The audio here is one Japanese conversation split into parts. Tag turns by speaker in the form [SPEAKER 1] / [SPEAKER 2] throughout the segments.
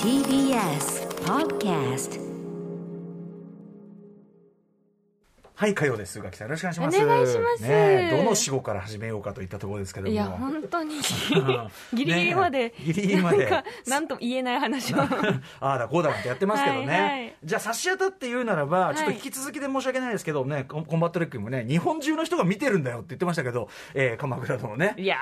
[SPEAKER 1] TBS Podcast
[SPEAKER 2] はい、火曜です。がきさん、よろしくお願いします。
[SPEAKER 3] お願いします
[SPEAKER 2] ねえどの死後から始めようかといったところですけども。
[SPEAKER 3] いや、本当に
[SPEAKER 2] うん、
[SPEAKER 3] ギリギリまで、
[SPEAKER 2] ねえギリギリまで
[SPEAKER 3] なんか、なんとも言えない話を。
[SPEAKER 2] ああだこうだなんてやってますけどね、
[SPEAKER 3] はいはい
[SPEAKER 2] じゃあ差し当たって言うならば、
[SPEAKER 3] い
[SPEAKER 2] ちょっと引き続きで申し訳ないですけどねコンコンバットレックもね日本中の人が見てるんだよって言ってましたけど、えー鎌倉殿ね
[SPEAKER 3] いや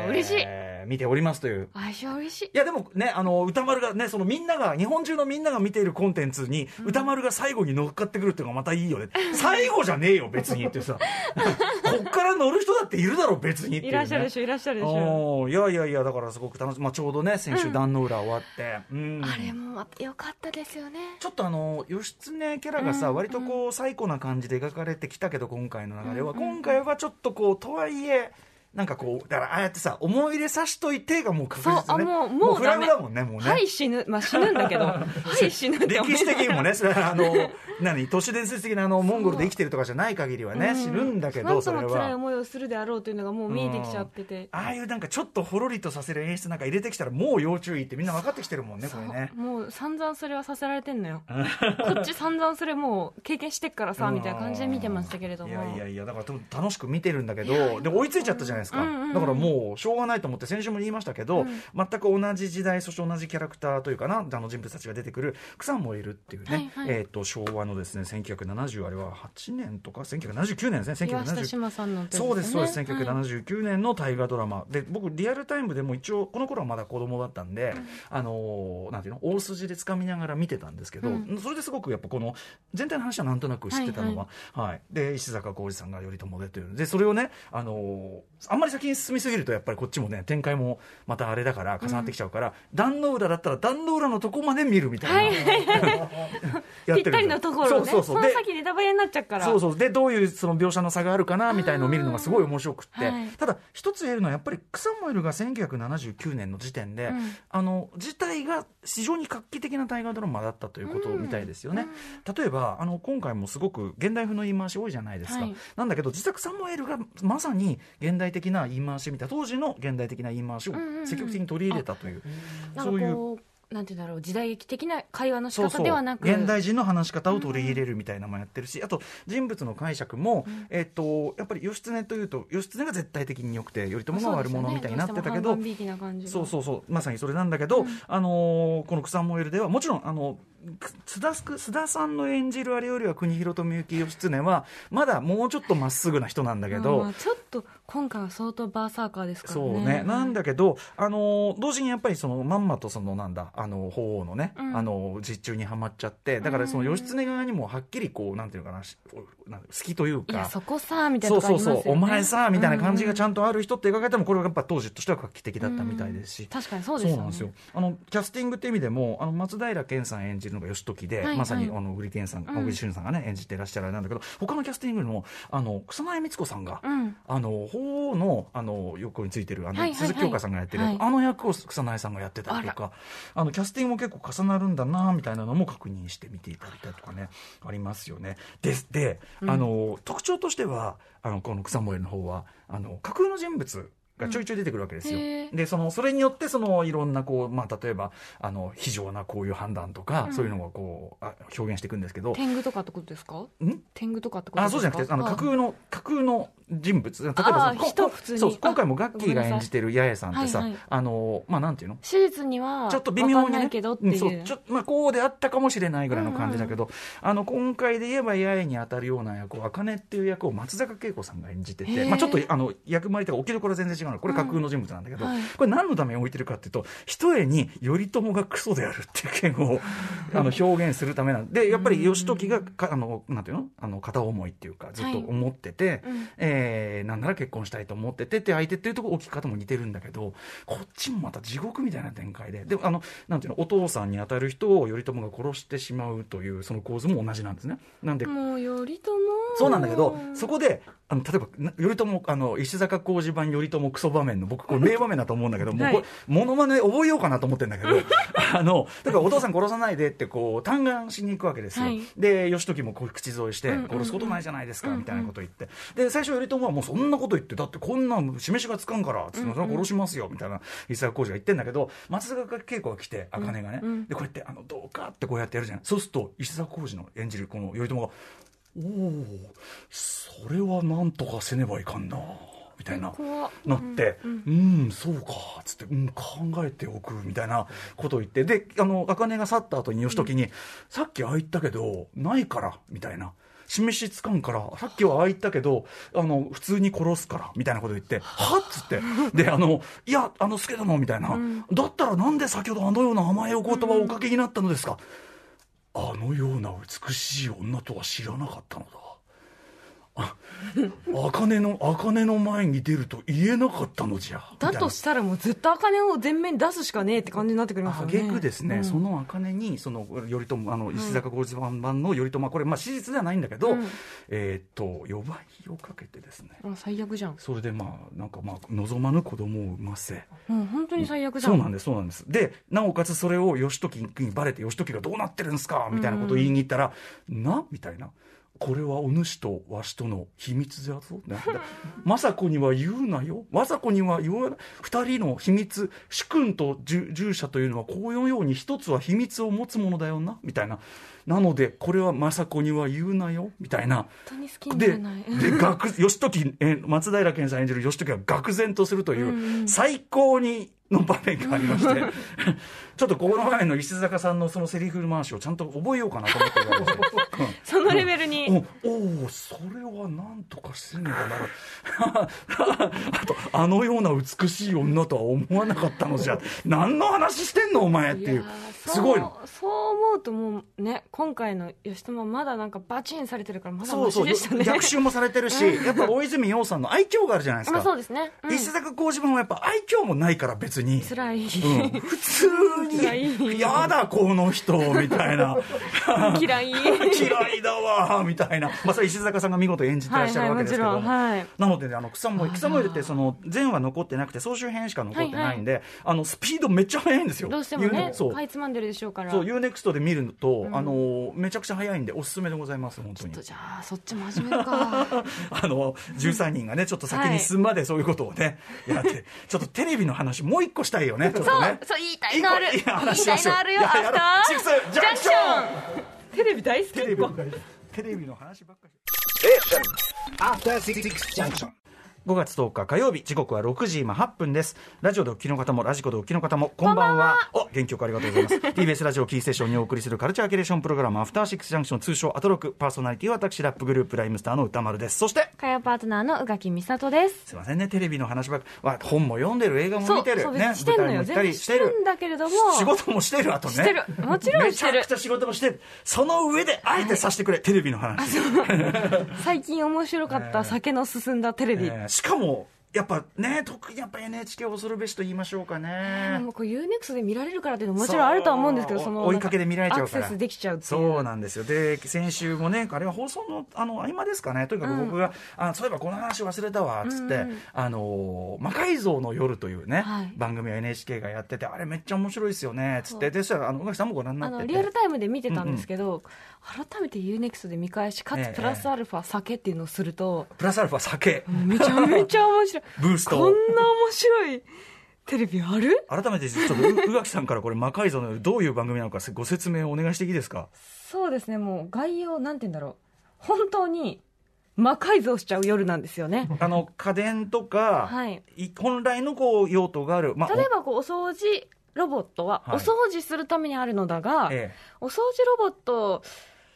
[SPEAKER 3] ーもう嬉しい
[SPEAKER 2] えー見ておりますという
[SPEAKER 3] 相性嬉しい
[SPEAKER 2] い。やでもね、あの歌丸がね、そのみんなが、日本中のみんなが見ているコンテンツに、歌丸が最後に乗っかってくるっていうのがまたいいよね、最後じゃねえよ、別にってさ、こっから乗る人だっているだろ、別にっていう、ね、
[SPEAKER 3] いらっしゃるでしょ、いらっしゃるでしょ。
[SPEAKER 2] おーいやいやいや、だからすごく楽しい、まあ、ちょうどね、先週、壇の浦終わって、うん
[SPEAKER 3] あれもまた良かったですよね。
[SPEAKER 2] ちょっとあの義経キャラがさ、
[SPEAKER 3] うん
[SPEAKER 2] 割とこう最古な感じで描かれてきたけど今回の流れは、
[SPEAKER 3] うん
[SPEAKER 2] 今回はちょっとこうとはいえなんかこうだからああやってさ思い入れさしといてがもう確実
[SPEAKER 3] そう
[SPEAKER 2] ね
[SPEAKER 3] あもうもう
[SPEAKER 2] フラグだもんねもうね、
[SPEAKER 3] はい、死ぬ。まあ、死ぬんだけど、はい、死ぬって思う
[SPEAKER 2] 歴史的にもね、それはあの、何、都市伝説的なあの、モンゴルで生きてるとかじゃない限りはね、
[SPEAKER 3] うん
[SPEAKER 2] 死ぬんだけ
[SPEAKER 3] なん
[SPEAKER 2] ど、
[SPEAKER 3] と
[SPEAKER 2] それ
[SPEAKER 3] も辛い
[SPEAKER 2] は。
[SPEAKER 3] 思いをするであろうというのがもう見えてきちゃってて。
[SPEAKER 2] ああいうなんかちょっとほろりとさせる演出なんか入れてきたらもう要注意ってみんな分かってきてるもんね、これね
[SPEAKER 3] そう。もう散々それはさせられてんのよこっち散々それもう経験してっからさみたいな感じで見てましたけれども
[SPEAKER 2] いやいやいやだからと楽しく見てるんだけ
[SPEAKER 3] いやい
[SPEAKER 2] ど
[SPEAKER 3] や
[SPEAKER 2] で追いついちゃったじゃないですか、
[SPEAKER 3] うんうん
[SPEAKER 2] だからもうしょうがないと思って先週も言いましたけど、
[SPEAKER 3] うん
[SPEAKER 2] 全く同じ時代そして同じキャラクターというかなあの人物たちが出てくる草燃えるっていうね、
[SPEAKER 3] はいはい
[SPEAKER 2] えー、と昭和のですね1970あれは8年とか1979年ですね
[SPEAKER 3] 岩下
[SPEAKER 2] 1979
[SPEAKER 3] 志麻さんの歌
[SPEAKER 2] そうですそうです、
[SPEAKER 3] よねはい
[SPEAKER 2] 1979年の大河ドラマで僕リアルタイムでも一応この頃はまだ子供だったんで、あのーなんていうの大筋でつかみながら見てたんですけど、
[SPEAKER 3] うん
[SPEAKER 2] それですごくやっぱこの全体の話はなんとなく知ってたのは、はいで石坂浩二さんが頼朝でというでそれをね、あのーあんまり先に進みすぎるとやっぱりこっちもね展開もまたあれだから重なってきちゃうから、壇の浦だったら壇の浦のとこまで見るみたいな、 や
[SPEAKER 3] ぴ
[SPEAKER 2] ってるんですよ
[SPEAKER 3] ったりのところね
[SPEAKER 2] そうそうそう
[SPEAKER 3] の
[SPEAKER 2] で
[SPEAKER 3] 先ネタバレになっちゃうから
[SPEAKER 2] そうそうでどういうその描写の差があるかなみたいのを見るのがすごい面白くって、
[SPEAKER 3] あーはい
[SPEAKER 2] ただ一つ言えるのはやっぱり草燃えるが1979年の時点で、
[SPEAKER 3] うん
[SPEAKER 2] あの自体が非常に画期的な大河ドラマだったということみたいですよね、例えばあの今回もすごく現代風の言い回し多いじゃないですか、
[SPEAKER 3] はい
[SPEAKER 2] なんだけど実は草燃えるがまさに現代的な言い回しみたいな当時の現代的な言い回しを積極的に取り入れたという、
[SPEAKER 3] なんか
[SPEAKER 2] そういう
[SPEAKER 3] こうなんていうんだろう時代劇的な会話の仕
[SPEAKER 2] そうそ
[SPEAKER 3] 方
[SPEAKER 2] う
[SPEAKER 3] ではなく
[SPEAKER 2] 現代人の話し方を取り入れるみたいなのもやってるし、あと人物の解釈も、えっとやっぱり義経というと義経が絶対的に良くて頼朝が悪者みたいになってたけど。
[SPEAKER 3] そうですよねどうしても半々びいきな感じが
[SPEAKER 2] そうそうそうまさにそれなんだけど、あのーこの「草燃える」ではもちろんあのく須田すく須田さんの演じるあれよりは国広とみゆき義経はまだもうちょっとまっすぐな人なんだけど、
[SPEAKER 3] まあまあちょっと今回は相当バーサーカーですからね
[SPEAKER 2] そうね、なんだけど、あのー同時にやっぱりそのまんまとそのなんだあの法皇のね、
[SPEAKER 3] うん
[SPEAKER 2] あの実中にはまっちゃってだからその
[SPEAKER 3] うん
[SPEAKER 2] 義経側にもはっきりこうなんていうのかなしなん好きという
[SPEAKER 3] いや
[SPEAKER 2] か。
[SPEAKER 3] そこさみたい
[SPEAKER 2] そ
[SPEAKER 3] な
[SPEAKER 2] う
[SPEAKER 3] とこあり
[SPEAKER 2] そう
[SPEAKER 3] ますよ
[SPEAKER 2] そ
[SPEAKER 3] ね
[SPEAKER 2] う、お前さみたいな感じがち
[SPEAKER 3] ゃ
[SPEAKER 2] ゃ
[SPEAKER 3] ん
[SPEAKER 2] んとある人って描かれてもこれがやっぱ当時としては画期的
[SPEAKER 3] と
[SPEAKER 2] だったみたいですし、
[SPEAKER 3] 確かにそうです
[SPEAKER 2] そうなんですよあのキャスティングって意味でもあの松平健さん演じるのが義時で、
[SPEAKER 3] はいはい
[SPEAKER 2] まさにあの小栗健さん
[SPEAKER 3] うん
[SPEAKER 2] 小栗旬さんがね演じてらっしゃるあれなんだけど他のキャスティングにもあの草前光子さんが
[SPEAKER 3] うん
[SPEAKER 2] あの法王のあの横についてるあの、
[SPEAKER 3] はいはいはい
[SPEAKER 2] 鈴木京香さんがやってる、
[SPEAKER 3] はい
[SPEAKER 2] あの役を草苗さんがやってたりとかあのキャスティングも結構重なるんだなみたいなのも確認して見ていただいたりとかねありますよね。ですで、あの特徴としてはあのこの草燃えの方はあの架空の人物がちょいちょい出てくるわけですよ。
[SPEAKER 3] うんへー
[SPEAKER 2] でそのそれによってそのいろんなこう、まあ、例えばあの非常なこういう判断とか、
[SPEAKER 3] うん
[SPEAKER 2] そういうのをこうあ表現していくんですけど。
[SPEAKER 3] 天狗とかってことですか
[SPEAKER 2] ん
[SPEAKER 3] 天狗とかってこと
[SPEAKER 2] あ
[SPEAKER 3] です
[SPEAKER 2] そ
[SPEAKER 3] か
[SPEAKER 2] うじゃなくてあの架空の架空の人物例えば
[SPEAKER 3] あー
[SPEAKER 2] こ
[SPEAKER 3] 人
[SPEAKER 2] こ
[SPEAKER 3] 普通に
[SPEAKER 2] そう今回もガッ
[SPEAKER 3] ご
[SPEAKER 2] キ
[SPEAKER 3] め
[SPEAKER 2] ー
[SPEAKER 3] んな
[SPEAKER 2] が
[SPEAKER 3] さい
[SPEAKER 2] 演じてる八重さんってさ、
[SPEAKER 3] はいはい
[SPEAKER 2] あのまあなんていうの
[SPEAKER 3] 史実には
[SPEAKER 2] ちょっと微妙
[SPEAKER 3] わか
[SPEAKER 2] に
[SPEAKER 3] んな
[SPEAKER 2] ね
[SPEAKER 3] いけどっていう,、
[SPEAKER 2] んそうちょっとまあこうであったかもしれないぐらいの感じだけど、あの今回で言えば八重に当たるような役を茜っていう役を松坂慶子さんが演じて
[SPEAKER 3] へ
[SPEAKER 2] て、
[SPEAKER 3] ー
[SPEAKER 2] まあ、ちょっとあの役回りとか起きる頃は全然違うのこれ架空の人物なんだけど、
[SPEAKER 3] うんはい
[SPEAKER 2] これ何のために置いてるかっていうと一重に頼朝がクソであるっていう件をあの表現するためなんでやっぱり義時がかあのなんていうのあの片思いっていうかずっと思ってて。
[SPEAKER 3] うん
[SPEAKER 2] えーなんなら結婚したいと思っててって相手っていうところ大きく方も似てるんだけどこっちもまた地獄みたいな展開ででもあのなんていうのお父さんに当たる人を頼朝が殺してしまうというその構図も同じなんですねなんで
[SPEAKER 3] もう頼朝
[SPEAKER 2] そうなんだけどそ
[SPEAKER 3] こ
[SPEAKER 2] こであの例えばな頼朝あの石坂浩二版頼朝クソ場面の僕これ名場面だと思うんだけどもうこ
[SPEAKER 3] は
[SPEAKER 2] れ
[SPEAKER 3] い
[SPEAKER 2] モノマネ覚えようかなと思ってんだけ どあのだからお父さん殺さないでってこう嘆願しに行くわけですよ、
[SPEAKER 3] はい
[SPEAKER 2] で義時もこう口添えして
[SPEAKER 3] うんうんうん
[SPEAKER 2] 殺すことないじゃないですか
[SPEAKER 3] うんうん
[SPEAKER 2] みたいなこと言ってで最初頼藤はもうそんなこと言ってだってこんなん示しがつかんからつって、それは殺しますよみたいな伊坂浩二が言ってんだけど松坂慶子が来て茜がね、
[SPEAKER 3] うんうん
[SPEAKER 2] でこうやってあのどうかってこうやってやるじゃないそうすると石坂浩二の演じるこの頼朝が「おおそれはなんとかせねばいかんな」みたいな。
[SPEAKER 3] 怖っ
[SPEAKER 2] なって、う
[SPEAKER 3] うんん、
[SPEAKER 2] そうかっつって、うん、考えておくみたいなことを言ってであの茜が去った後に義時に、さっきああ言ったけどないから」みたいな。示しつかんからさっきはああ言ったけどあの普通に殺すからみたいなこと言って「はっ」つってであの「いやあの助殿」みたいな、
[SPEAKER 3] うん
[SPEAKER 2] だったらなんで先ほどあのような甘いお言葉をおかけになったのですか、あのような美しい女とは知らなかったのだ茜の茜の前に出ると言えなかったのじゃ
[SPEAKER 3] だとしたらもうずっと茜を全面に出すしかねえって感じになってくりますよね。
[SPEAKER 2] 挙句ですね、
[SPEAKER 3] うん
[SPEAKER 2] その茜にその頼朝あの石坂浩二版版の頼朝はこれ、まあ、史実ではないんだけど、
[SPEAKER 3] うん
[SPEAKER 2] えーっと呼ばいをかけてですね
[SPEAKER 3] あ最悪じゃん。
[SPEAKER 2] それでまあなんかまあ望まぬ子供を産ませ
[SPEAKER 3] うん、本当に最悪じゃん。
[SPEAKER 2] そうなんですそうなんですでなおかつそれを義時にバレて義時がどうなってるんですかみたいなことを言いに行ったら「な?」みたいな。これはお主とわしとの秘密じゃぞ。 なんだ政子には言うなよ。政子には言わな二人の秘密、主君と従従者というのはこういうように一つは秘密を持つものだよな。みたいな。なので、これは政子には言うなよ。みたいな。
[SPEAKER 3] 本当に好きにな
[SPEAKER 2] で
[SPEAKER 3] れない。
[SPEAKER 2] で学義時えー松平健さん演じる義時が愕然とするという、
[SPEAKER 3] うんうん
[SPEAKER 2] 最高にの場面がありま してちょっとこの前の石坂さんのそのセリフ回しをちゃんと覚えようかなと思ってるんですよ
[SPEAKER 3] そのレベル
[SPEAKER 2] うん
[SPEAKER 3] に。
[SPEAKER 2] おおそれはなんとかせねばなら あとあのような美しい女とは思わなかったのじゃ何の話してんのお前っていう
[SPEAKER 3] やーそう
[SPEAKER 2] すごいの。
[SPEAKER 3] そう思うともうね今回の吉友はまだなんかバチンされてるからまだ
[SPEAKER 2] そ
[SPEAKER 3] マ
[SPEAKER 2] うそ
[SPEAKER 3] シ
[SPEAKER 2] う
[SPEAKER 3] でしたね
[SPEAKER 2] 逆襲もされて るしやっぱ大泉洋さんの愛嬌があるじゃないですか、
[SPEAKER 3] まあそうですね、うん、
[SPEAKER 2] 石坂浩二もやっぱ愛嬌もないから別に、
[SPEAKER 3] 辛い、
[SPEAKER 2] うん普通
[SPEAKER 3] 辛い
[SPEAKER 2] に「やだこの人」みたいな
[SPEAKER 3] 嫌 い
[SPEAKER 2] 「嫌いだわ」みたいな、まあ、それ石坂さんが見事演じてらっしゃるわけですけども。
[SPEAKER 3] はい
[SPEAKER 2] なのでね、あの草
[SPEAKER 3] あ
[SPEAKER 2] も
[SPEAKER 3] ら
[SPEAKER 2] 草もってその前は残ってなくて総集編しか残ってないんで、あのスピードめっちゃ速いんですよ。
[SPEAKER 3] どうしてもね
[SPEAKER 2] U- そう
[SPEAKER 3] かいつまんでるでしょうから
[SPEAKER 2] そう
[SPEAKER 3] ち
[SPEAKER 2] U ネクストで見ると、
[SPEAKER 3] うん
[SPEAKER 2] あのめちゃくちゃ速いんでおすすめでございます本当
[SPEAKER 3] ょっ
[SPEAKER 2] に
[SPEAKER 3] と。じゃあそっちも始め るか
[SPEAKER 2] あの13人がねちょっと先に進むまでそういうことをね、やってちょっとテレビの話もう一個したいよねちょっ
[SPEAKER 3] そ
[SPEAKER 2] と
[SPEAKER 3] う
[SPEAKER 2] ね。
[SPEAKER 3] そう言いたいのある
[SPEAKER 2] いい
[SPEAKER 3] 言い
[SPEAKER 2] や話しま
[SPEAKER 3] たい
[SPEAKER 2] しょう
[SPEAKER 3] のあるよ
[SPEAKER 2] い
[SPEAKER 3] ア
[SPEAKER 2] や
[SPEAKER 3] フ
[SPEAKER 2] やろうシック
[SPEAKER 3] ター
[SPEAKER 2] スジャンクショ
[SPEAKER 3] ンテレビ大好き
[SPEAKER 2] テレビの テレビの話ばっかり。
[SPEAKER 4] After Six Junction.
[SPEAKER 2] 5月10日火曜日時刻は6時今8分ですラジオでお聞きの方もラジコでお聞きの方もこんばんはお元気よくありがとうございます TBS ラジオキーステーションにお送りするカルチャーキュレーションプログラムアフターシックスジャンクション通称アトロクパーソナリティは私ラップグループライムスターの歌丸ですそして
[SPEAKER 3] 火曜パートナーの宇垣美里です
[SPEAKER 2] すいませんねテレビの話ばっかりわ本も読んでる映画も
[SPEAKER 3] そ
[SPEAKER 2] 見
[SPEAKER 3] う
[SPEAKER 2] てる
[SPEAKER 3] そう別
[SPEAKER 2] ね
[SPEAKER 3] にしてんの
[SPEAKER 2] 舞台も行った
[SPEAKER 3] よ全然
[SPEAKER 2] り
[SPEAKER 3] し
[SPEAKER 2] して
[SPEAKER 3] て
[SPEAKER 2] る
[SPEAKER 3] るんだけれども
[SPEAKER 2] 仕事もしてるあとね
[SPEAKER 3] してるもちろんして
[SPEAKER 2] めち
[SPEAKER 3] る
[SPEAKER 2] ゃくちゃ仕事もしてるその上であえてさせてくれ、テレビの話
[SPEAKER 3] 最近面白かった酒の進んだテレビ、
[SPEAKER 2] えーしかもやっぱね特にやっぱ NHK 恐るべしと言いましょうか
[SPEAKER 3] で
[SPEAKER 2] ね
[SPEAKER 3] もこう UNEXT で見られるからっていうのももちろんあるとは思うんですけど
[SPEAKER 2] そう
[SPEAKER 3] その
[SPEAKER 2] 追いかけで見られちゃうから
[SPEAKER 3] アクセスできちゃうっていう
[SPEAKER 2] そうなんですよで先週もねあれは放送のあの合間ですかねとにかく僕が、あそういえばこの話忘れたわっつって「
[SPEAKER 3] うんうん
[SPEAKER 2] あの魔改造の夜」というね、
[SPEAKER 3] はい
[SPEAKER 2] 番組を NHK がやっててあれめっちゃ面白いですよねっつっ
[SPEAKER 3] そ
[SPEAKER 2] てでそしたらあの宇垣さんもご覧にな
[SPEAKER 3] あ
[SPEAKER 2] ってて
[SPEAKER 3] のリアルタイムで見てたんですけど、改めて UNEXT で見返しか
[SPEAKER 2] ええ
[SPEAKER 3] つプラスアルファ酒っていうのをすると、
[SPEAKER 2] プラスアルファ酒
[SPEAKER 3] めちゃめちゃ 面白い
[SPEAKER 2] ブースト
[SPEAKER 3] こんな面白いテレビある
[SPEAKER 2] 改めてちょっとう宇垣さんからこれ「魔改造の夜」どういう番組なのかご説明をお願いしていいですか
[SPEAKER 3] そうですねもう概要なんて言うんだろう本当に魔改造しちゃう夜なんですよね
[SPEAKER 2] あの家電とか、
[SPEAKER 3] はい
[SPEAKER 2] い本来のこう用途がある、まあ
[SPEAKER 3] 例えばこうお掃除ロボットはお
[SPEAKER 2] はい
[SPEAKER 3] 掃除するためにあるのだが、
[SPEAKER 2] おええ
[SPEAKER 3] お掃除ロボットを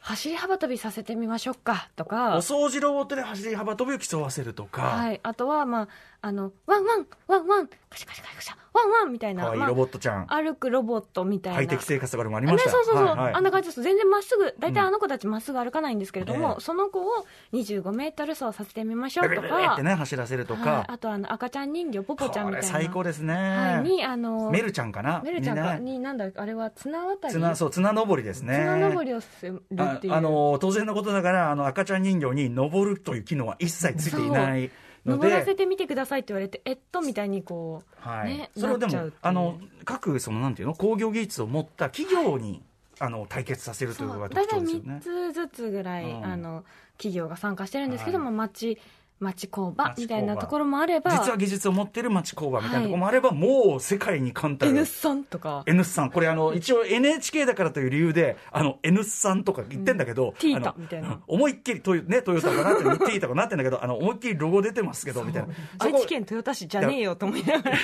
[SPEAKER 3] 走り幅跳びさせてみましょうかと
[SPEAKER 2] お
[SPEAKER 3] か
[SPEAKER 2] 掃除ロボットで走り幅跳びを競わせるとか、
[SPEAKER 3] はい、あとは、まあ、あのワンワンワンワンカシャカシャカシャワンワンみたいな
[SPEAKER 2] 可愛い
[SPEAKER 3] まあ
[SPEAKER 2] ロボットちゃん、
[SPEAKER 3] 歩くロボットみたいな
[SPEAKER 2] 快適生活とかでもあり
[SPEAKER 3] あ
[SPEAKER 2] ま
[SPEAKER 3] ね、
[SPEAKER 2] した
[SPEAKER 3] そうそうそう、
[SPEAKER 2] はいはい
[SPEAKER 3] あんな感じです全然まっすぐ大体
[SPEAKER 2] うん
[SPEAKER 3] あの子たちまっすぐ歩かないんですけれど
[SPEAKER 2] え
[SPEAKER 3] も、
[SPEAKER 2] え
[SPEAKER 3] その子を25メートル走させてみましょ
[SPEAKER 2] ベ
[SPEAKER 3] う
[SPEAKER 2] ベ
[SPEAKER 3] と
[SPEAKER 2] ベベ
[SPEAKER 3] か
[SPEAKER 2] ってね走らせると
[SPEAKER 3] はい
[SPEAKER 2] か、、
[SPEAKER 3] あとあの赤ちゃん人形ポポちゃん
[SPEAKER 2] こ
[SPEAKER 3] みたい
[SPEAKER 2] れ
[SPEAKER 3] な
[SPEAKER 2] 最高ですね、
[SPEAKER 3] はい、にあの
[SPEAKER 2] メルちゃんかな
[SPEAKER 3] メルちゃんか
[SPEAKER 2] にね
[SPEAKER 3] になんだあれは綱渡り
[SPEAKER 2] 綱そう綱登りですね
[SPEAKER 3] 綱登りをする
[SPEAKER 2] あ
[SPEAKER 3] っていう
[SPEAKER 2] あの当然のことながらあの赤ちゃん人形に登るという機能は一切ついていないので
[SPEAKER 3] 登らせてみてくださいって言われてえっとみたいにこう
[SPEAKER 2] はい
[SPEAKER 3] ね
[SPEAKER 2] それをで
[SPEAKER 3] なっちゃう
[SPEAKER 2] も
[SPEAKER 3] っていう
[SPEAKER 2] あの各そのなんていうの工業技術を持った企業に、あの対決させるというのが
[SPEAKER 3] 大
[SPEAKER 2] 特徴
[SPEAKER 3] 体
[SPEAKER 2] ですよね
[SPEAKER 3] 3つずつぐらい、
[SPEAKER 2] うん
[SPEAKER 3] あの企業が参加してるんですけども、
[SPEAKER 2] は
[SPEAKER 3] 町町工場
[SPEAKER 2] 町工場
[SPEAKER 3] みたいなところもあれば、
[SPEAKER 2] 実は技術を持ってる町工場みたいなところもあれば、もう世界に簡単
[SPEAKER 3] N さんとか、
[SPEAKER 2] N さん、これあの、一応 NHK だからという理由で、あの、N さんとか言ってんだけど、
[SPEAKER 3] ティータ
[SPEAKER 2] あの
[SPEAKER 3] みたいな
[SPEAKER 2] うん思いっきり、トヨね、トヨタかなって、ティータかなってんだけど、あの、思いっきりロゴ出てますけど、みたいな。そ
[SPEAKER 3] 愛
[SPEAKER 2] こ
[SPEAKER 3] 知県豊田市じゃねえよと思いながら、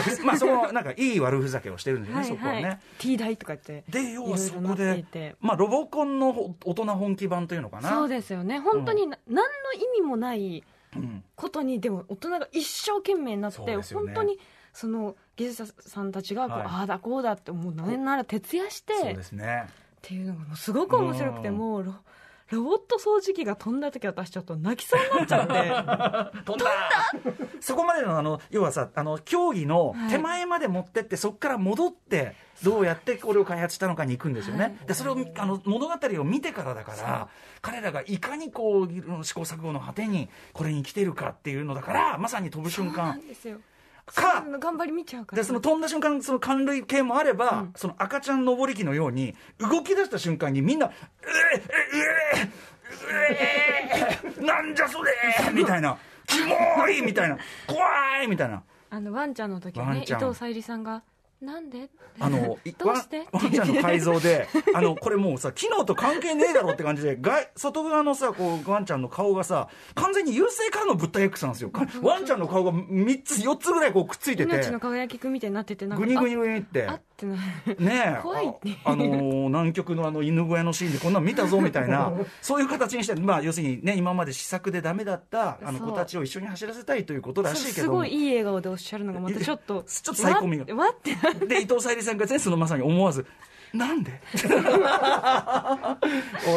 [SPEAKER 2] まあ、その、なんか、いい悪ふざけをしてるんですよね、そこはね。
[SPEAKER 3] T 大とか言って、
[SPEAKER 2] で、要はそこ
[SPEAKER 3] いろいろなってい
[SPEAKER 2] で
[SPEAKER 3] て、
[SPEAKER 2] まあ、ロボコンのほ大人本気版というのかな。
[SPEAKER 3] そうですよね、本当にな何の意味もない
[SPEAKER 2] うん
[SPEAKER 3] ことに、でも大人が一生懸命になって、
[SPEAKER 2] そうですよね
[SPEAKER 3] 本当にその技術者さんたちがこう、
[SPEAKER 2] はい
[SPEAKER 3] ああだこうだって、もうなんなら徹夜して
[SPEAKER 2] そう
[SPEAKER 3] っ
[SPEAKER 2] ですね。
[SPEAKER 3] ていうのがもうすごく面白くて、
[SPEAKER 2] うん
[SPEAKER 3] もうロロボット掃除機が飛んだ時私、ちょっと泣きそうになっち ゃって。
[SPEAKER 2] 飛んだそこまでのあの要はさあの競技の手前まで持ってって、そこから戻ってどうやってこれを開発したのかに行くんですよね、でそれをあの物語を見てからだから彼らがいかにこう試行錯誤の果てにこれに来てるかっていうのだからまさに飛ぶ瞬
[SPEAKER 3] な
[SPEAKER 2] 間
[SPEAKER 3] んですよ
[SPEAKER 2] か
[SPEAKER 3] そういうの頑張り見ちゃうから
[SPEAKER 2] でその飛んだ瞬間その寒類系もあれば、その赤ちゃん登り機のように動き出した瞬間にみんな「うええええええなんじゃそれ!」みたいな「キモい!」みたいな「怖い!」みたいな。
[SPEAKER 3] あのワンちゃんの時は
[SPEAKER 2] ワ
[SPEAKER 3] ね
[SPEAKER 2] ン
[SPEAKER 3] 伊
[SPEAKER 2] ちゃん
[SPEAKER 3] 藤沙莉さんが「なんで?」
[SPEAKER 2] あの、い
[SPEAKER 3] どうして
[SPEAKER 2] ワンワンちゃんの改造で、あの、これもうさ、機能と関係ねえだろって感じで、外、外側のさ、こう、ワンちゃんの顔がさ、完全に優勢からの物体 X なんですよ。かワンちゃんの顔が3つ、4つぐらいこうくっついてて、
[SPEAKER 3] 命の輝きくんみたいになっててなんか
[SPEAKER 2] グニグニグニって
[SPEAKER 3] ああ。ってな
[SPEAKER 2] ねえ、
[SPEAKER 3] 怖いって
[SPEAKER 2] ああ のー南極のあの犬小屋のシーンでこんなの見たぞみたい な、そういう形にして、まあ、要するにね、今まで試作でダメだったあの
[SPEAKER 3] そう
[SPEAKER 2] 子たちを一緒に走らせたいということらしいけ
[SPEAKER 3] す
[SPEAKER 2] ども
[SPEAKER 3] ごいいい笑顔でおっしゃるのがまたちょっと
[SPEAKER 2] ちょっとサイコミが
[SPEAKER 3] わわってな
[SPEAKER 2] で伊藤沙莉さんが全そのまさに思わ ず「なんで? 」こ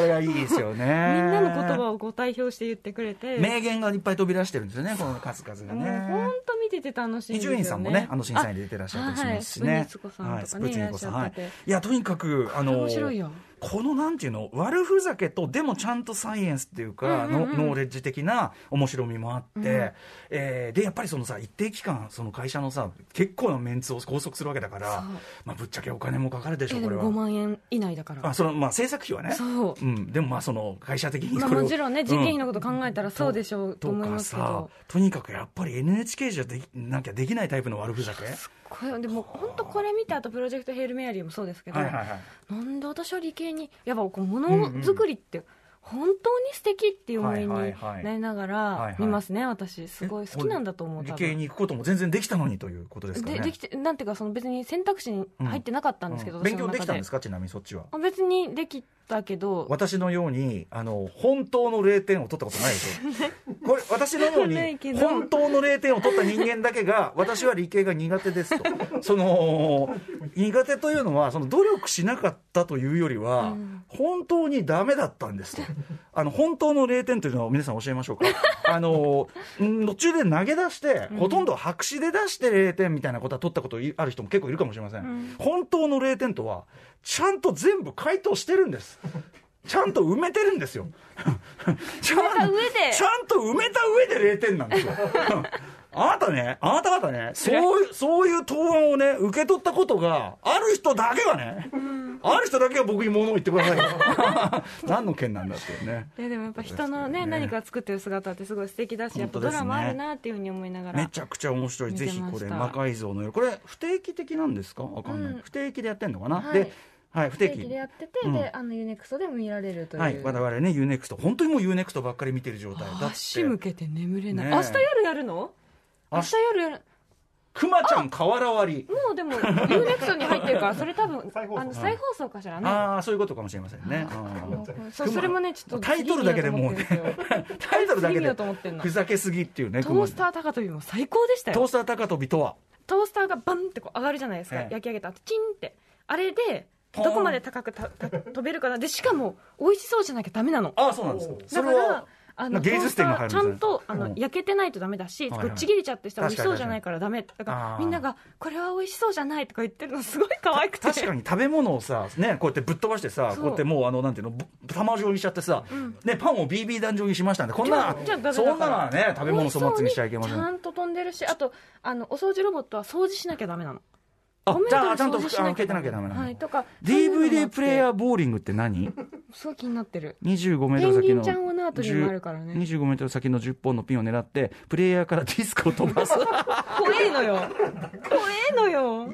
[SPEAKER 2] れがいいですよねみん
[SPEAKER 3] みんなの言葉をこう代表して言ってくれて
[SPEAKER 2] 名言がいっぱい飛び出してるんですよねこの数々が
[SPEAKER 3] もう本
[SPEAKER 2] ね
[SPEAKER 3] 当見てて楽しいん
[SPEAKER 2] 伊
[SPEAKER 3] ですよ
[SPEAKER 2] 集
[SPEAKER 3] ね
[SPEAKER 2] 院さんもねあの審査員で出てらっしゃったりしますし
[SPEAKER 3] あはい
[SPEAKER 2] ね
[SPEAKER 3] スプニツコさんとかね
[SPEAKER 2] はいスプニツコさんはい
[SPEAKER 3] らっしゃってて
[SPEAKER 2] いやとにかくあの
[SPEAKER 3] 面白いよ
[SPEAKER 2] このなんていうの悪ふざけとでもちゃんとサイエンスっていうか、
[SPEAKER 3] うんうんうん
[SPEAKER 2] のノーレッジ的な面白みもあって、えーでやっぱりそのさ一定期間その会社のさ結構なメンツを拘束するわけだから
[SPEAKER 3] そう、
[SPEAKER 2] まあ、ぶっちゃけお金もかかるでしょ
[SPEAKER 3] え
[SPEAKER 2] う
[SPEAKER 3] で
[SPEAKER 2] これは
[SPEAKER 3] も5。万円以内だから
[SPEAKER 2] あそのまあ制作費はね
[SPEAKER 3] そう
[SPEAKER 2] うん、でもまあその会社的に
[SPEAKER 3] まあ
[SPEAKER 2] これを
[SPEAKER 3] もちろんね人件費の
[SPEAKER 2] う
[SPEAKER 3] こと考えたらそうでしょうと
[SPEAKER 2] と
[SPEAKER 3] 思い
[SPEAKER 2] か
[SPEAKER 3] ますけ
[SPEAKER 2] さ
[SPEAKER 3] ど
[SPEAKER 2] とにかくやっぱり NHK じゃできなきゃできないタイプの悪ふざけ
[SPEAKER 3] これでも本当これ見た後プロジェクトヘールメアリーもそうですけど
[SPEAKER 2] はいはいはい
[SPEAKER 3] なんで私は理系にやっぱこうものづくりって本当に素敵っていう思いに
[SPEAKER 2] はいはいはい
[SPEAKER 3] なりなが
[SPEAKER 2] はい
[SPEAKER 3] ら
[SPEAKER 2] はい
[SPEAKER 3] 見ますね私すごい好きなんだと思う
[SPEAKER 2] 理
[SPEAKER 3] 多
[SPEAKER 2] 系
[SPEAKER 3] 分
[SPEAKER 2] に行くことも全然できたのにということですかね
[SPEAKER 3] でできてなんていうかその別に選択肢に入ってなかったんですけど、
[SPEAKER 2] うん勉強できたん
[SPEAKER 3] 私の中
[SPEAKER 2] ですかちなみにそっちは
[SPEAKER 3] あ別にできたけど
[SPEAKER 2] 私のようにあの本当の0点を取ったことないでしょこれ私のよう
[SPEAKER 3] ないけ
[SPEAKER 2] に
[SPEAKER 3] ど
[SPEAKER 2] 本当の0点を取った人間だけが私は理系が苦手ですとその苦手というのはその努力しなかったというよりは、本当にダメだったんですとあの本当の0点というのを皆さん教えましょうかあのん途中で投げ出して、ほとんど白紙で出して0点みたいなことは取ったことある人も結構いるかもしれません、本当の0点とはちゃんと全部回答してるんですちゃんと埋めてるんです よ。ちゃん
[SPEAKER 3] 埋めた上で
[SPEAKER 2] ちゃんと埋めた上で0点なん ですよ。あなたね、あなた方ね、そういう、そういう答案をね、受け取ったことがある人だけがね、ある人だけが僕に物を言ってくださいよ。 何の件なんだっていうね。
[SPEAKER 3] いやでもやっぱ人
[SPEAKER 2] そ
[SPEAKER 3] のね
[SPEAKER 2] うですよね
[SPEAKER 3] 何か作ってる姿ってすごい素敵だし、やっぱ
[SPEAKER 2] 本当
[SPEAKER 3] ド
[SPEAKER 2] ですね
[SPEAKER 3] ラマあるなっていうふうに思いながら
[SPEAKER 2] めちゃくちゃ面白い。
[SPEAKER 3] 見て
[SPEAKER 2] ぜ
[SPEAKER 3] まし
[SPEAKER 2] ひこ
[SPEAKER 3] た
[SPEAKER 2] れ、魔改造の夜。これ、不定期的なんですかわかんない、
[SPEAKER 3] うん
[SPEAKER 2] 不定期でやってんのかな、
[SPEAKER 3] はい
[SPEAKER 2] で、はい、不定
[SPEAKER 3] 定
[SPEAKER 2] 期
[SPEAKER 3] 期で。やってて、
[SPEAKER 2] うん
[SPEAKER 3] であのユネクストでも見られるという、
[SPEAKER 2] はい、我々ね、UNEXT。本当にもう UNEXT ばっかり見てる状態だって。
[SPEAKER 3] 足向けて眠れない、
[SPEAKER 2] ねえ
[SPEAKER 3] 明日夜やるの
[SPEAKER 2] 明
[SPEAKER 3] 明
[SPEAKER 2] 日
[SPEAKER 3] 日夜やる
[SPEAKER 2] くまちゃん瓦割り。
[SPEAKER 3] もうでもユーネクストに入ってる からそれ多分
[SPEAKER 4] 再放送
[SPEAKER 3] あの再放送かしらね
[SPEAKER 2] ああそういうことかもしれませんね。うん
[SPEAKER 3] そうそれもねちょっと
[SPEAKER 2] タイトルだけでもうね
[SPEAKER 3] 次見ようと思ってる
[SPEAKER 2] タイトルだけで
[SPEAKER 3] んですよ次見ようと思ってんの
[SPEAKER 2] ふざけすぎっていうね。
[SPEAKER 3] トースタ
[SPEAKER 2] ー
[SPEAKER 3] ー高跳びも最高でした
[SPEAKER 2] トー
[SPEAKER 3] よ
[SPEAKER 2] スター高跳びとは
[SPEAKER 3] トースターがバンってこう上がるじゃないですか、
[SPEAKER 2] ええ
[SPEAKER 3] 焼き上げた後チンってあれで
[SPEAKER 2] ポーン
[SPEAKER 3] どこまで高くたた飛べるかなでしかも美味しそうじゃなきゃダメなの
[SPEAKER 2] ああそうなんですか。そ
[SPEAKER 3] だか
[SPEAKER 2] れは
[SPEAKER 3] らあ
[SPEAKER 2] なんか芸術点が入るん
[SPEAKER 3] ト
[SPEAKER 2] で
[SPEAKER 3] ースタ
[SPEAKER 2] すね
[SPEAKER 3] ーちゃんとあ
[SPEAKER 2] う
[SPEAKER 3] の
[SPEAKER 2] ん
[SPEAKER 3] 焼けてないとダメだし、
[SPEAKER 2] はいはい
[SPEAKER 3] こうちぎれちゃってしたら美味しそうじゃないからダメだ
[SPEAKER 2] か
[SPEAKER 3] か
[SPEAKER 2] に
[SPEAKER 3] らみんながこれは美味しそうじゃないとか言ってるのすごい可愛くて
[SPEAKER 2] 確かに食べ物をさねこうやってぶっ飛ばしてさ
[SPEAKER 3] そう
[SPEAKER 2] こうやってもうあのなんていうのぶ玉状にしちゃってさねパンを BB 弾状にしましたんでこんな
[SPEAKER 3] じゃあダメだから
[SPEAKER 2] そんなのはね食べ物粗末にしちゃいけませ
[SPEAKER 3] ちゃ
[SPEAKER 2] ん。
[SPEAKER 3] んと飛んでるしあとあのお掃除ロボットは掃除しなきゃダメなの
[SPEAKER 2] あ
[SPEAKER 3] ゴミ
[SPEAKER 2] じ
[SPEAKER 3] とか
[SPEAKER 2] ゃあちゃんと
[SPEAKER 3] 掃除
[SPEAKER 2] あ
[SPEAKER 3] しなきゃ
[SPEAKER 2] 受けてなきゃダメな
[SPEAKER 3] は
[SPEAKER 2] の
[SPEAKER 3] い。とか
[SPEAKER 2] DVD プレイヤー
[SPEAKER 3] ー
[SPEAKER 2] ボーリングって何？
[SPEAKER 3] すごい気になってる
[SPEAKER 2] 25メー
[SPEAKER 3] ペ
[SPEAKER 2] トル
[SPEAKER 3] ンギ
[SPEAKER 2] 先
[SPEAKER 3] ン
[SPEAKER 2] の
[SPEAKER 3] ちゃんはナートリウムあるからね
[SPEAKER 2] 25メートル先の10本のピンを狙ってプレイヤーからディスクを飛ばす危ね
[SPEAKER 3] 怖えのよ怖えのよ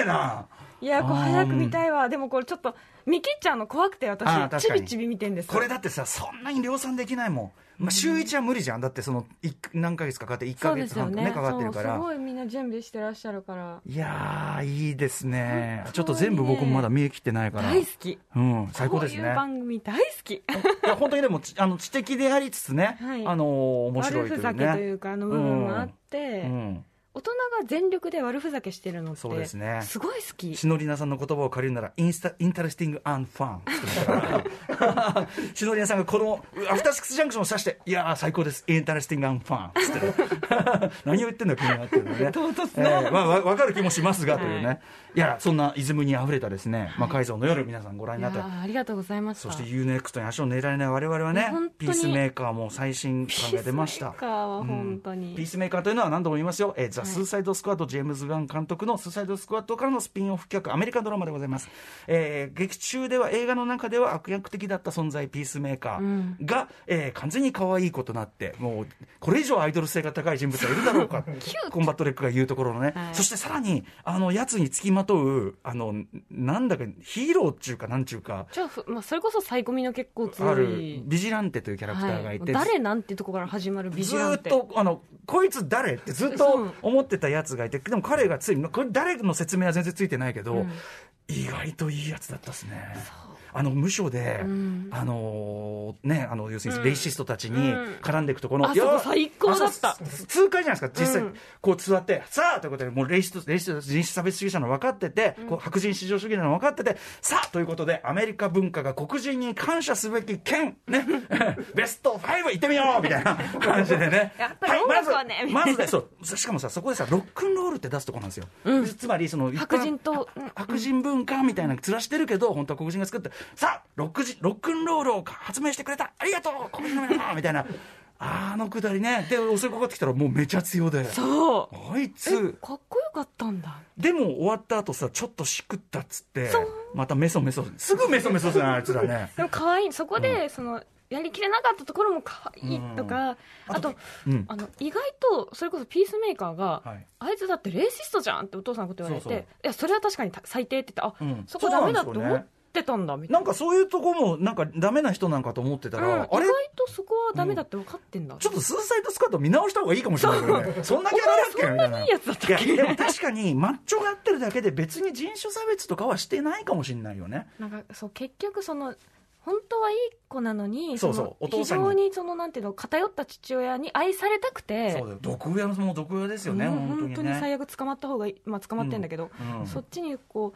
[SPEAKER 2] えない
[SPEAKER 3] やこう
[SPEAKER 2] あー
[SPEAKER 3] 早く見たいわでもこれちょっと見切っちゃうの怖くて
[SPEAKER 2] あー確か
[SPEAKER 3] 私
[SPEAKER 2] に
[SPEAKER 3] ちびちび見てんです
[SPEAKER 2] これだってさそんなに量産できないもん、まあ、週1は無理じゃんだってそのい何ヶ月かかって1
[SPEAKER 3] そ
[SPEAKER 2] ヶ
[SPEAKER 3] うです
[SPEAKER 2] 月
[SPEAKER 3] よ
[SPEAKER 2] 半
[SPEAKER 3] ね
[SPEAKER 2] ねかかってるか
[SPEAKER 3] そう
[SPEAKER 2] ら
[SPEAKER 3] すごいみんな準備してらっしゃるから
[SPEAKER 2] いやーいいですね
[SPEAKER 3] 本当にね
[SPEAKER 2] ちょっと全部僕もまだ見え切ってないから
[SPEAKER 3] 大好き
[SPEAKER 2] うん最高です
[SPEAKER 3] こうい
[SPEAKER 2] ね
[SPEAKER 3] う番組大好き
[SPEAKER 2] いや本当にでもちあの知的でありつつね、
[SPEAKER 3] はい
[SPEAKER 2] あのー面白
[SPEAKER 3] 悪
[SPEAKER 2] いとい
[SPEAKER 3] ふ
[SPEAKER 2] う
[SPEAKER 3] ざけとい
[SPEAKER 2] ね
[SPEAKER 3] うかあの部分もあって、
[SPEAKER 2] うん
[SPEAKER 3] 大人が全力で悪ふざけしてるのって
[SPEAKER 2] そうですね
[SPEAKER 3] すごい好き
[SPEAKER 2] シノリナさんの言葉を借りるならインスタインタレスティングアンファンって言ったからシノリナさんがこのアフターシックスジャンクションを指していやー最高ですインタレスティングアンファンっつってね何を言って んだ君はっていうのね
[SPEAKER 3] 唐突
[SPEAKER 2] え
[SPEAKER 3] な
[SPEAKER 2] ーまあ、わ分かる気もしますがというね、、
[SPEAKER 3] はい
[SPEAKER 2] やそんなイズムにあふれたですね「まあ、改造の夜」皆さんご覧
[SPEAKER 3] い
[SPEAKER 2] にな
[SPEAKER 3] や
[SPEAKER 2] って
[SPEAKER 3] ーありがとうございまし
[SPEAKER 2] そ
[SPEAKER 3] た
[SPEAKER 2] して UNEXT に足を狙えない我々はね
[SPEAKER 3] いや本当
[SPEAKER 2] ピ
[SPEAKER 3] に
[SPEAKER 2] ースメーカーも最新考えてました
[SPEAKER 3] ピースメーカーは本当
[SPEAKER 2] う
[SPEAKER 3] に、
[SPEAKER 2] んピースメーカーというのは何度も言いますよ、えーザ・
[SPEAKER 3] はい
[SPEAKER 2] スーサイド・スクワット、ジェームズ・ガン監督のスーサイド・スクワットからのスピンオフ企画、アメリカドラマでございます、えー劇中では映画の中では悪役的だった存在、ピースメーカーが、えー完全に可愛い子となって、もうこれ以上アイドル性が高い人物はいるだろう か、コンバットレックが言うところのね、
[SPEAKER 3] はい
[SPEAKER 2] そしてさらに、あのやつにつきまとう、あのなんだかヒーローっちゅうか、なんちゅうか。
[SPEAKER 3] ちょふまあ、それこそサイコミの結構強い
[SPEAKER 2] あるビジランテというキャラクターがいて、
[SPEAKER 3] はい、誰なんてとこから始まるビジ
[SPEAKER 2] ず
[SPEAKER 3] ュアル
[SPEAKER 2] ー
[SPEAKER 3] っ
[SPEAKER 2] ってとあのこいつ誰ってずっ
[SPEAKER 3] そう
[SPEAKER 2] と思ってたやつがいてでも彼がついこれ誰の説明は全然ついてないけど、
[SPEAKER 3] うん
[SPEAKER 2] 意外といいやつだったですね。あの無償で、
[SPEAKER 3] うん
[SPEAKER 2] あのーねあの要する
[SPEAKER 3] う
[SPEAKER 2] に
[SPEAKER 3] ん
[SPEAKER 2] レイシストたちに絡んでいくとこの、
[SPEAKER 3] あ
[SPEAKER 2] いや
[SPEAKER 3] そこ最高だった
[SPEAKER 2] あそうす痛快じゃないですか実際、
[SPEAKER 3] うん
[SPEAKER 2] こう座ってさあということでもうレイシストレイシスト人種差別主義者なの分かってて、こう白人至上主義なの分かっててさあということでアメリカ文化が黒人に感謝すべき県ね ベスト5行ってみようみたいな感じでね
[SPEAKER 3] やっぱり音楽はね
[SPEAKER 2] いまずまずねそうしかもさそこでさロックンロールって出すとこなんですよ、つまりその一般
[SPEAKER 3] 白人とうん
[SPEAKER 2] 白人文化みたいなつらしてるけど本当は黒人が作ってさあロックジロックンロールを発明してくれたありがとう黒人の皆さんみたいなあのくだりねで襲いかかってきたらもうめちゃ強で
[SPEAKER 3] そう
[SPEAKER 2] あい
[SPEAKER 3] え
[SPEAKER 2] つ
[SPEAKER 3] かっこよかったんだ
[SPEAKER 2] でも終わった後さちょっとしくったっつって
[SPEAKER 3] そう
[SPEAKER 2] またメソメソすぐメソメソするなあいつらね
[SPEAKER 3] でも可愛いそこでそのやりきれなかったところも可愛いとか、あと
[SPEAKER 2] うん
[SPEAKER 3] あの意外とそれこそピースメーカーが、
[SPEAKER 2] はい
[SPEAKER 3] あいつだってレイシストじゃんってお父さんのこと言われて
[SPEAKER 2] そうそう
[SPEAKER 3] いやそれは確かに最低って言ってあ、
[SPEAKER 2] うん
[SPEAKER 3] そこダメだ
[SPEAKER 2] そ
[SPEAKER 3] と
[SPEAKER 2] うなんですよね
[SPEAKER 3] 思ってたんだみたいな
[SPEAKER 2] なんかそういうとこもなんかダメな人なんかと思ってたら、
[SPEAKER 3] うん、
[SPEAKER 2] あ
[SPEAKER 3] 意
[SPEAKER 2] れ
[SPEAKER 3] 外とそこはダメだって分かってんだ、
[SPEAKER 2] ちょっとスーサイドスクワット見直した方がいいかもしれないけどね。そんなキャラだっけ
[SPEAKER 3] そんなにいいやつだったっけ
[SPEAKER 2] いやでも確かにマッチョがやってるだけで別に人種差別とかはしてないかもしれないよね。
[SPEAKER 3] なんかそう結局その本当はいい子なのに
[SPEAKER 2] そうそう
[SPEAKER 3] の
[SPEAKER 2] お父さん
[SPEAKER 3] 非
[SPEAKER 2] に
[SPEAKER 3] 常にそのなんていうの偏った父親に愛されたくて
[SPEAKER 2] そうだよ。毒親も毒親ですよね、
[SPEAKER 3] もう
[SPEAKER 2] 本
[SPEAKER 3] 本
[SPEAKER 2] 当
[SPEAKER 3] 当
[SPEAKER 2] に
[SPEAKER 3] に
[SPEAKER 2] ね。
[SPEAKER 3] 最悪捕まった方がいいまあ捕まってんだけど、
[SPEAKER 2] うん
[SPEAKER 3] そっちにこ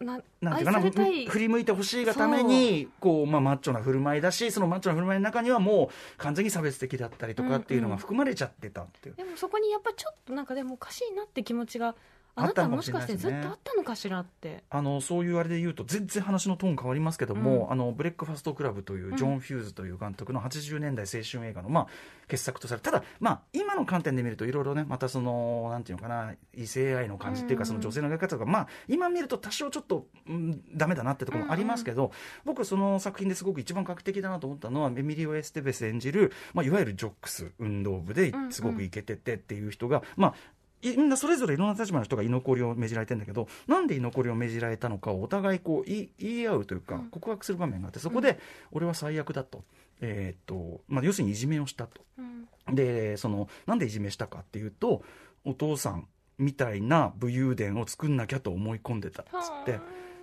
[SPEAKER 3] うな
[SPEAKER 2] なんてい
[SPEAKER 3] 愛
[SPEAKER 2] うかな
[SPEAKER 3] された
[SPEAKER 2] ふ
[SPEAKER 3] い
[SPEAKER 2] 振り向いてほしいがためにこう、まあ、マッチョな振る舞いだしそのマッチョな振る舞いの中にはもう完全に差別的だったりとかっていうのが含まれちゃってたっていう、
[SPEAKER 3] でもそこにやっぱちょっとなんかでもおかしいなって気持ちがあ
[SPEAKER 2] あっ
[SPEAKER 3] な
[SPEAKER 2] たの
[SPEAKER 3] た
[SPEAKER 2] か
[SPEAKER 3] も
[SPEAKER 2] もし
[SPEAKER 3] し
[SPEAKER 2] れ
[SPEAKER 3] か
[SPEAKER 2] ない
[SPEAKER 3] し
[SPEAKER 2] で
[SPEAKER 3] て
[SPEAKER 2] す
[SPEAKER 3] ず
[SPEAKER 2] ね
[SPEAKER 3] っとあったのかしらって
[SPEAKER 2] あのそういうあれで言うと全然話のトーン変わりますけども、
[SPEAKER 3] う
[SPEAKER 2] あのブレックファストクラブというジョン・フューズという監督の80年代青春映画の、まあ、傑作とされただ、まあ、今の観点で見るといろいろねまたそのなんていうのかな異性愛の感じっていうか、
[SPEAKER 3] うん
[SPEAKER 2] その女性の描き方とか、まあ、今見ると多少ちょっと、うん、ダメだなってところもありますけど、僕その作品ですごく一番画期的だなと思ったのはエミリオ・エステベス演じる、まあ、いわゆるジョックス運動部で
[SPEAKER 3] うんうん
[SPEAKER 2] すごくイケててっていう人が、まあいみんなそれぞれいろんな立場の人が居残りを命じられてんだけどなんで居残りを命じられたのかをお互いこう言い言い合うというか告白する場面があってそこで「俺は最悪だ」と。えーっとまあ、要するにいじめをしたと
[SPEAKER 3] うん
[SPEAKER 2] でそのなんでいじめしたかっていうとお父さんみたいな武勇伝を作んなきゃと思い込んでたっつって
[SPEAKER 3] は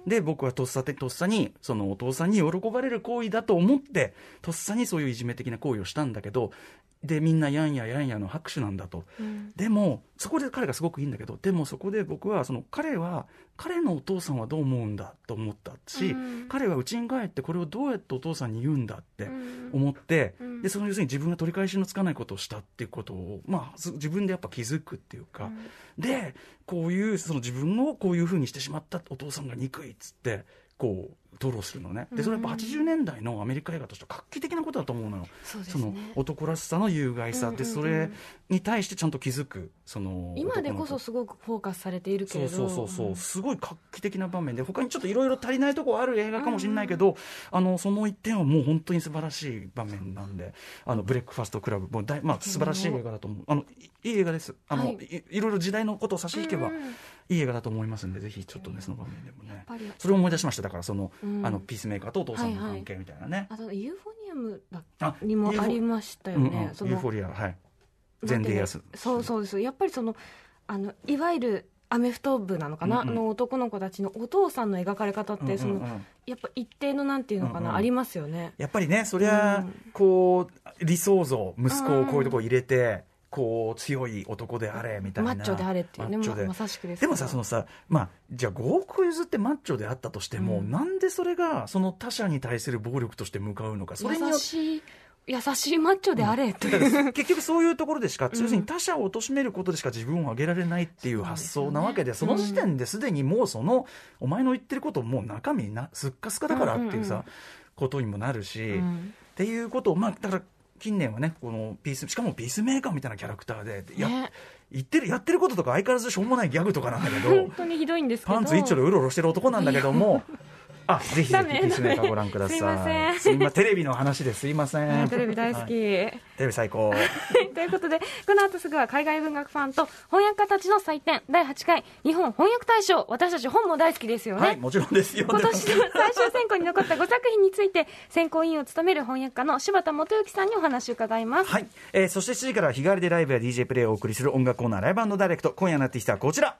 [SPEAKER 2] で僕はとっさてとっさにそのお父さんに喜ばれる行為だと思ってとっさにそういういじめ的な行為をしたんだけどでみんなやんややんやの拍手なんだと
[SPEAKER 3] あうん
[SPEAKER 2] でもそこで彼がすごくいいんだけどでもそこで僕はその彼は彼のお父さんはどう思うんだと思ったし、
[SPEAKER 3] うん
[SPEAKER 2] 彼は家に帰ってこれをどうやってお父さんに言うんだって
[SPEAKER 3] うん
[SPEAKER 2] 思って、
[SPEAKER 3] うん
[SPEAKER 2] でその要するに自分が取り返しのつかないことをしたっていうことを、まあ、す自分でやっぱ気づくっていうか、でこういうその自分をこういうふうにしてしまったお父さんが憎いっつってこう吐露するのねでそれやっぱ80年代のアメリカ映画としては画期的なことだと思うのよ
[SPEAKER 3] そうです
[SPEAKER 2] そ
[SPEAKER 3] ね
[SPEAKER 2] の男らしさの有害さでそれに対してちゃんと気づくその
[SPEAKER 3] 今で
[SPEAKER 2] 男
[SPEAKER 3] こ
[SPEAKER 2] の
[SPEAKER 3] そ
[SPEAKER 2] 子
[SPEAKER 3] すごくフォーカスされているけ
[SPEAKER 2] そう
[SPEAKER 3] れど
[SPEAKER 2] そうそうそうすごい画期的な場面で他にちょっといろいろ足りないとこある映画かもしれないけど、あのその一点はもう本当に素晴らしい場面なんで「あのブレックファストクラブ」もう大、まあ、素晴らしい映画だと思うあのいいい映画ですあの、
[SPEAKER 3] はい
[SPEAKER 2] い、いろいろ時代のことを差し引けば、
[SPEAKER 3] うんうん
[SPEAKER 2] いい映画だと思いますんでぜひちょっとねその場面でもね
[SPEAKER 3] ぱり
[SPEAKER 2] それを思い出しましただからその,、
[SPEAKER 3] うん
[SPEAKER 2] あのピースメーカーとお父さんの関係みたいなね、
[SPEAKER 3] あとユーフォニアムだ
[SPEAKER 2] あ
[SPEAKER 3] にもありましたよ
[SPEAKER 2] うんうん
[SPEAKER 3] ね、その
[SPEAKER 2] ユーフォリアはい
[SPEAKER 3] なん
[SPEAKER 2] 全
[SPEAKER 3] て
[SPEAKER 2] デイ
[SPEAKER 3] いうの
[SPEAKER 2] ヤス
[SPEAKER 3] そうそうですやっぱりそのあのいわゆるアメフト部なのかな、
[SPEAKER 2] うんうん
[SPEAKER 3] あの男の子たちのお父さんの描かれ方って、
[SPEAKER 2] うんうんうん
[SPEAKER 3] そのやっぱ一定のなんていうのかな、
[SPEAKER 2] うんうん
[SPEAKER 3] ありますよね
[SPEAKER 2] やっぱりねそりゃ、
[SPEAKER 3] うん
[SPEAKER 2] こう理想像息子をこういうとこ入れて、こう強い男であれみたい
[SPEAKER 3] マ
[SPEAKER 2] な
[SPEAKER 3] ッチョであれっていうね
[SPEAKER 2] マッチョで
[SPEAKER 3] まさしくです
[SPEAKER 2] でもさそのさまあじゃあ5億譲ってマッチョであったとしても、
[SPEAKER 3] うん
[SPEAKER 2] なんでそれがその他者に対する暴力として向かうのかそれによっ
[SPEAKER 3] 優
[SPEAKER 2] て
[SPEAKER 3] しい優しいマッチョであれという、
[SPEAKER 2] だから 結局そういうところで しか、要するに他者を貶めることでしか自分を上げられないっていう発想なわけで、そ
[SPEAKER 3] よね
[SPEAKER 2] の時点ですでにもうその、お前の言ってることもう中身なすっかすかだからっていうさ、
[SPEAKER 3] うんうんうん
[SPEAKER 2] ことにもなるし、
[SPEAKER 3] ん
[SPEAKER 2] っていうことをまあだから近年はねこのピースしかもピースメーカーみたいなキャラクターでや,、
[SPEAKER 3] ね
[SPEAKER 2] 言ってるやってることとか相変わらずしょうもないギャグとかなんだけど
[SPEAKER 3] 本当にひどいんですけど
[SPEAKER 2] パンツ一丁でうろうろしてる男なんだけども。あ、ぜひぜ
[SPEAKER 3] ダ
[SPEAKER 2] ひ
[SPEAKER 3] メ
[SPEAKER 2] ピースメーカーご覧ください。
[SPEAKER 3] ダメ
[SPEAKER 2] すいません。テレビの話ですいませ
[SPEAKER 3] は
[SPEAKER 2] ん。
[SPEAKER 3] いテレビ大
[SPEAKER 2] は
[SPEAKER 3] 好き、
[SPEAKER 2] いテレビ最高。
[SPEAKER 3] ということで、この後すぐは海外文学ファンと翻訳家たちの祭典第8回日本翻訳大賞、私たち本も大好きですよね。
[SPEAKER 2] はい、もちろんですよ。
[SPEAKER 3] 今年の最終選考に残った5作品について選考委員を務める翻訳家の柴田元幸さんにお話を伺います、
[SPEAKER 2] はい、えーそして7時からは日替わりでライブや DJ プレイをお送りする音楽コーナーライブダイレクト今夜のアーティストはこちら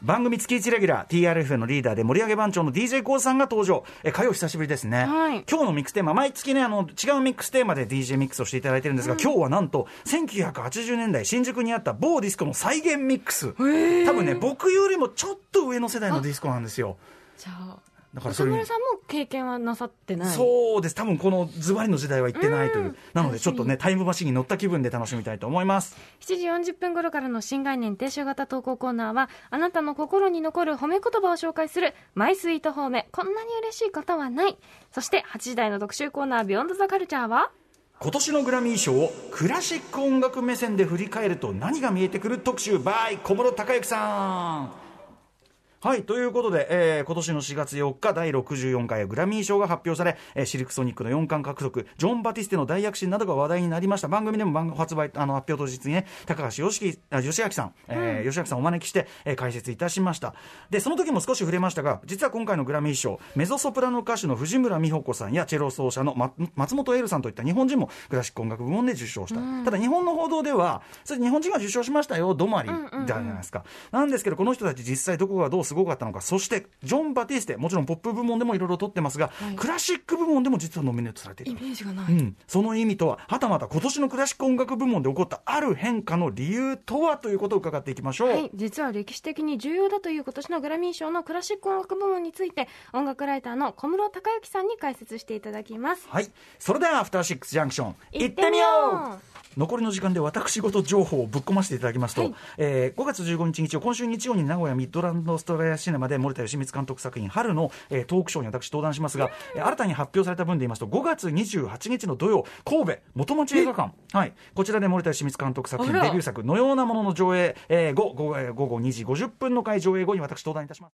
[SPEAKER 2] 番組月1レギュラー TRF のリーダーで盛り上げ番長の d j k o さんが登場えー火曜久しぶりですね、
[SPEAKER 3] はい
[SPEAKER 2] 今日のミックステーマ毎月ねあの違うミックステーマで DJ ミックスをしていただいてるんですが、今日はなんと1980年代新宿にあった某ディスコの再現ミックス多分ね僕よりもちょっと上の世代のディスコなんですよ
[SPEAKER 3] じゃあ
[SPEAKER 2] だから
[SPEAKER 3] 中
[SPEAKER 2] それ
[SPEAKER 3] 村さんも経験はなさってない
[SPEAKER 2] そうです多分このズバリの時代は行ってないという、なのでちょっとねタイムマシンに乗った気分で楽しみたいと思います
[SPEAKER 3] 7時40分頃からの新概念低唱型投稿コーナーはあなたの心に残る褒め言葉を紹介する「マイスイート褒めこんなに嬉しいことはない」そして8時台の特集コーナー「ビヨンドザカルチャーは
[SPEAKER 2] 今年のグラミー賞をクラシック音楽目線で振り返ると何が見えてくる特集 by 小室孝之さんはいということで、えー今年の4月4日第64回グラミー賞が発表され、えーシルクソニックの4冠獲得ジョン・バティステの大躍進などが話題になりました番組でも番発売あの発表当日にね高橋よしきあ義明さん、えー義明さんをお招きして、えー解説いたしましたでその時も少し触れましたが実は今回のグラミー賞メゾソプラノ歌手の藤村美穂子さんやチェロ奏者のま松本エルさんといった日本人もクラシック音楽部門で受賞した、ただ日本の報道ではそれ日本人が受賞しましたよどもありじゃないですか、なんですけどこの人たち実際どこがどうすごかったのかそしてジョン・バティステもちろんポップ部門でもいろいろ取ってますが、クラシック部門でも実はノミネートされている
[SPEAKER 3] イメージがな
[SPEAKER 2] う
[SPEAKER 3] い
[SPEAKER 2] ん、その意味とははたまた今年のクラシック音楽部門で起こったある変化の理由とはということを伺っていきましょう、
[SPEAKER 3] はい、実は歴史的に重要だという今年のグラミー賞のクラシック音楽部門について音楽ライターの小室孝之さんに解説していただきます
[SPEAKER 2] はい、それでは「アフターシックスジャンクション」
[SPEAKER 3] 行
[SPEAKER 2] 行
[SPEAKER 3] っ
[SPEAKER 2] ってて
[SPEAKER 3] み
[SPEAKER 2] み
[SPEAKER 3] よ
[SPEAKER 2] よ
[SPEAKER 3] う
[SPEAKER 2] う残りの時間で私事情報をぶっ込ませていただきますと、
[SPEAKER 3] はい
[SPEAKER 2] えー5月15日日曜今週日曜に名古屋ミッドランドストライシネマで森田芳光監督作品「春の」えートークショーに私登壇しますが、えー新たに発表された分で言いますと5月28日の土曜神戸元町映画館、はい、こちらで森田芳光監督作品
[SPEAKER 3] あら
[SPEAKER 2] デビュー作「のようなもの」の上映、えー、午後午後2時50分の回上映後に私登壇いたします。